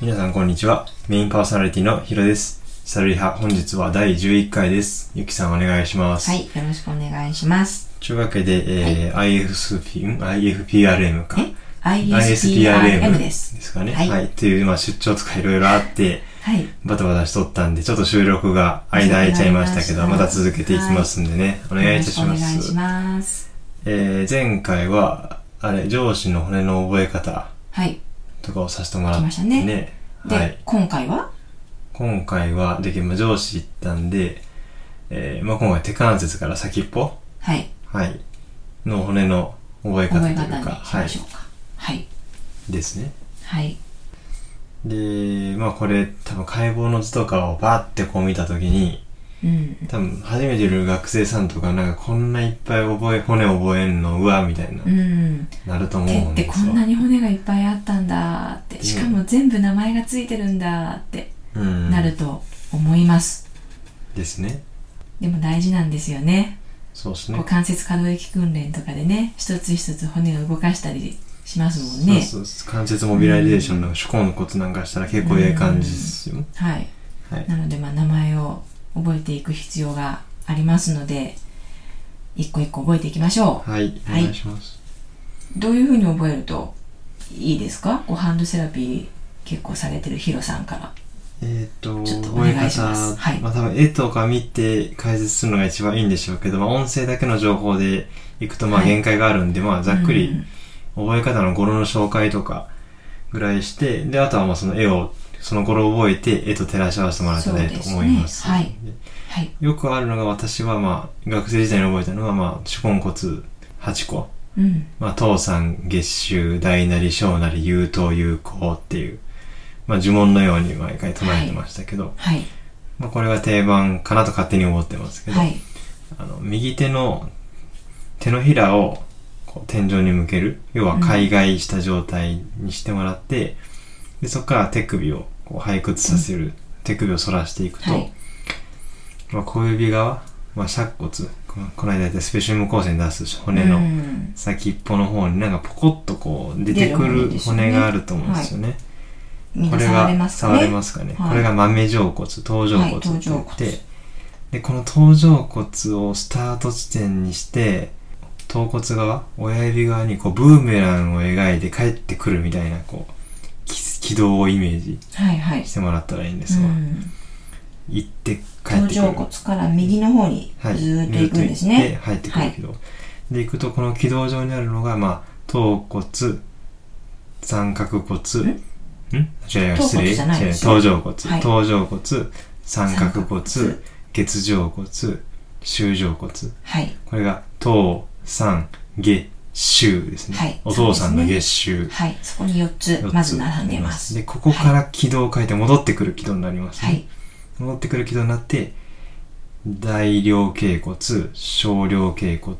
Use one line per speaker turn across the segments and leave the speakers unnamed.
皆さんこんにちは。メインパーソナリティのヒロです。サルリハ、本日は第11回です。ゆきさんお願いします。
はい、よろしくお願いします。
というわけで、えー IFP ん IFPRM か。
え ?ISPRM です。
ですかね。は。
はいい
っていう、まあ出張とかいろいろあって、
はい。
バタバタしとったんで、ちょっと収録が間空いちゃいましたけど、
遅く
ま
なり
た
ました
続けていきますんでね。お
お
願いいたしま
お願い
す
し。ます。
えー、前回は、あれ、上司の骨の覚え方
はい。
とかをさせてもらって
来ましたねで、
はい。
今回は
今回は、で、まあ、上司行ったんで、えー、まあ、今回手関節から先っぽ
はい。
はい。の骨の覚え方と
覚
い
え
うか、
方にし
は
ましょ。
いう
か。はい。
ですね。
はい。
で、まあこれ多分解剖の図とかをバーってこう見たときに、
うん。
多分初めている学生さんとかなんかこんないっぱい覚え、骨覚えんの、うわ、みたいな
う、ん。
なると思
手
う
っ
ん
て
で
こ
すよ
ん。なに骨がいっぱいあったんだーって、しかも全部名前がついてるんだーって
うん。
なると思います。
ですね。
でも大事なんですよね。
そうです
こう
ね。
関節可動域訓練とかでね、一つ一つ骨を動かしたりしますもんね。
そうそう関節モビライゼーションの手根骨なんかしたら結構ええ感じですよ。
はい、
はい
なのでまあ名前を覚えていく必要がありますので一個一個覚えていきましょ
はい、お
はい
願いします。
うどういうふうに覚えるといいですかこうハンドセラピー結構されてるヒロさんから
えっと、
ちょっとお
覚
願
え
いし
方、
ますはい
まあ多分絵とか見て解説するのが一番いいんでしょうけど、まあ音声だけの情報でいくとまあ
はい
限界があるんで、まあざっく
う
り
ん
覚え方の語呂の紹介とかぐらいして、で、あとはまあその絵を、その語呂を覚えて絵と照らし合わせてもらったらいいと思います。
そうですねはい
よくあるのが私はまあ学生時代に覚えたのはまあ手根骨8個。
うん
まあ、父さん、月収、大なり小なり、優等有効っていう、まあ、呪文のように毎回唱えてましたけど、
はい
まあ、これが定番かなと勝手に思ってますけど、
はい
あの、右手の手のひらをこう天井に向ける、要は海外した状態にしてもらって、で、そこから手首をこう背屈させる、手首を反らしていくと、
はい
まあ、小指側、まあ、尺骨、このこの間やったスペシウム光線出す骨の、
うん
先っぽの方になんかポコッとこう出てく
出る骨
る
ですよね
骨があると思うんですよね。
みん
こ
な
れ
触れま
が
すかね
触れますかね。
はい
これが豆上骨、頭上骨って言って、
はい頭上骨
で、この頭上骨をスタート地点にして、頭骨側、親指側にこうブーメランを描いて帰ってくるみたいなこう、き軌道をイメージ
はいはい
してもらったらいいんです
う
が、
ん
行って帰っ
頭
てく
上
る。
骨から右の方にず
はい、
ーっと行くんです
ずーっと行って
ね
入ってくる軌道、で行くとこの軌道上にあるのがまあ頭骨三角骨ん違いま
頭
す失
骨
礼
じゃないですよ
頭上骨、
はい
頭上骨三角骨
三角骨
月上骨周上骨
はい
これが頭三下周ですね、
はい
お父さんの月周、
はいそこに4つ
四つ
まず並んでます
でここから軌道を変えて戻ってくる軌道になりますね、
はい
戻ってくる軌道になって大量頸骨小量頸骨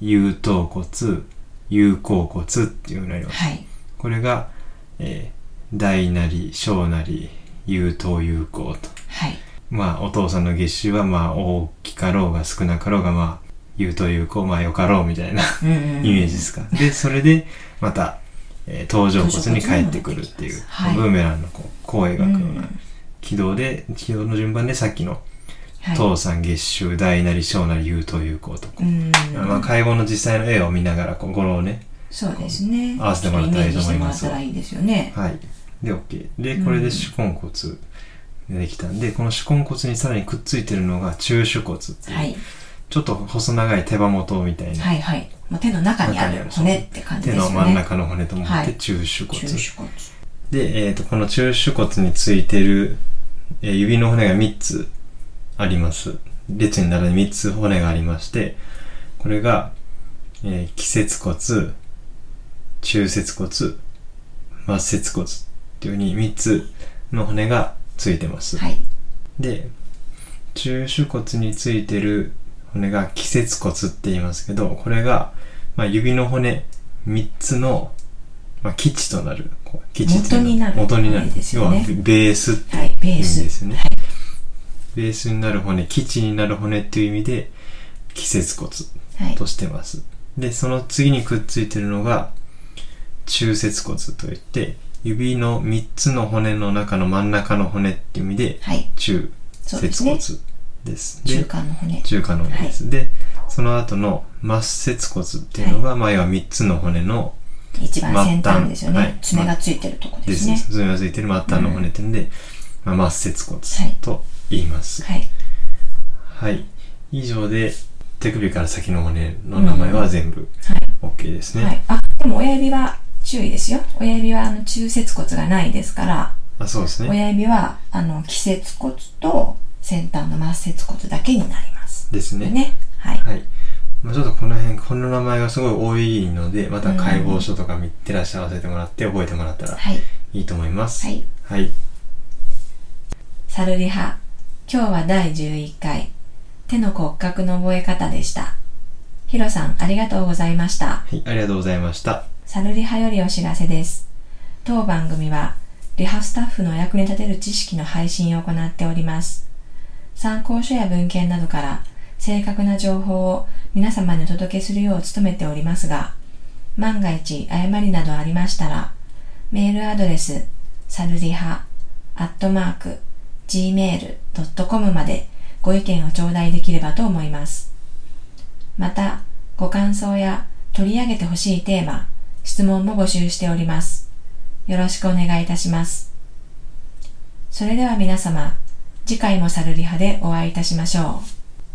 有頭骨有効骨っていうふうになります
はい
これが、えー大なり小なり有頭有効と
はい
まあお父さんの月収はまあ大きかろうが少なかろうがまあ有頭有効まあよかろうみたいな
イメ
イメージですか。で、それで、また、えー、頭上骨に帰ってくるっていう、
はい
ブーメランのこう、こう描くよう
うん
な軌道で、軌道の順番でさっきの、
はい、
父さん月収、大なり小なり有と有効と、
うん、
まあ、介護の実際の絵を見ながら、こう、語呂をね、
そうですね
合わせてもらったらいいと思います
イメージしてもらったらいいですよね
はい。で、OK。で、これで手根骨でできたんで、この手根骨にさらにくっついてるのが中手骨っていう、
はい
ちょっと細長い手羽元みたいな、
はいはいもう手の中にあ
中にある
る骨って感じ
手
です
の
よね
真ん中の骨と思っ
は
て
い
中手骨。
中手骨
で、えっとこの中手骨についてる、えー指の骨が3つあります列に並んで3つ骨がありましてこれが、えー季節骨中節骨末節骨っていうふうに3つの骨がついてます、
はい
で中手骨についてる骨が季節骨って言いますけどこれが、まあ、指の骨3つの、まあ、基地となるこう基地っていうの
元になる
元になる
骨です
要
よ
は
ね
ベースって
はいベ
いうん
ー
で
ス
すよね、ベースになる骨基地になる骨っていう意味で季節骨
はい
としてますでその次にくっついてるのが中節骨といって指の3つの骨の中の真ん中の骨っていう意味で、
はい。
中
そうで
節
す
骨
ね
で。す。
中
で、
間の骨。
中間の骨です。で、その後の末節骨っていうのが、まあ要は3つの骨の
一番先端ですよね。
末端はい
爪がついてるとこで
です
す
ね、
ね。
爪がついてる末端の骨っていうんで、まあ、末節骨
はい
と言います。
はい。
はい、以上で、手首から先の骨の名前は全部
はい
OK ですね。
はい。あ、でも親指は注意ですよ。親指はあの中節骨がないですから、
あ、そうですね。
親指はあの季節骨と先端の末節骨だけになります。
ですね。
ね。はい。
はい。まあ、ちょっとこの辺、この名前がすごい多いので、また解剖書とか見てらっしゃらせてもらって覚えてもらったら
はい。
いいと思います。
はい。
はい。
サルリハ、今日は第11回、手の骨格の覚え方でした。ヒロさん、ありがとうございました。
はい、ありがとうございました。
サルリハよりお知らせです。当番組は、リハスタッフのお役に立てる知識の配信を行っております。参考書や文献などから、正確な情報を皆様にお届けするよう努めておりますが、万が一誤りなどありましたら、メールアドレス、サルリハ、アットマーク、gmail.com までご意見を頂戴できればと思います。また、ご感想や取り上げてほしいテーマ、質問も募集しております。よろしくお願いいたします。それでは皆様、次回もサルリハでお会いいたしましょう。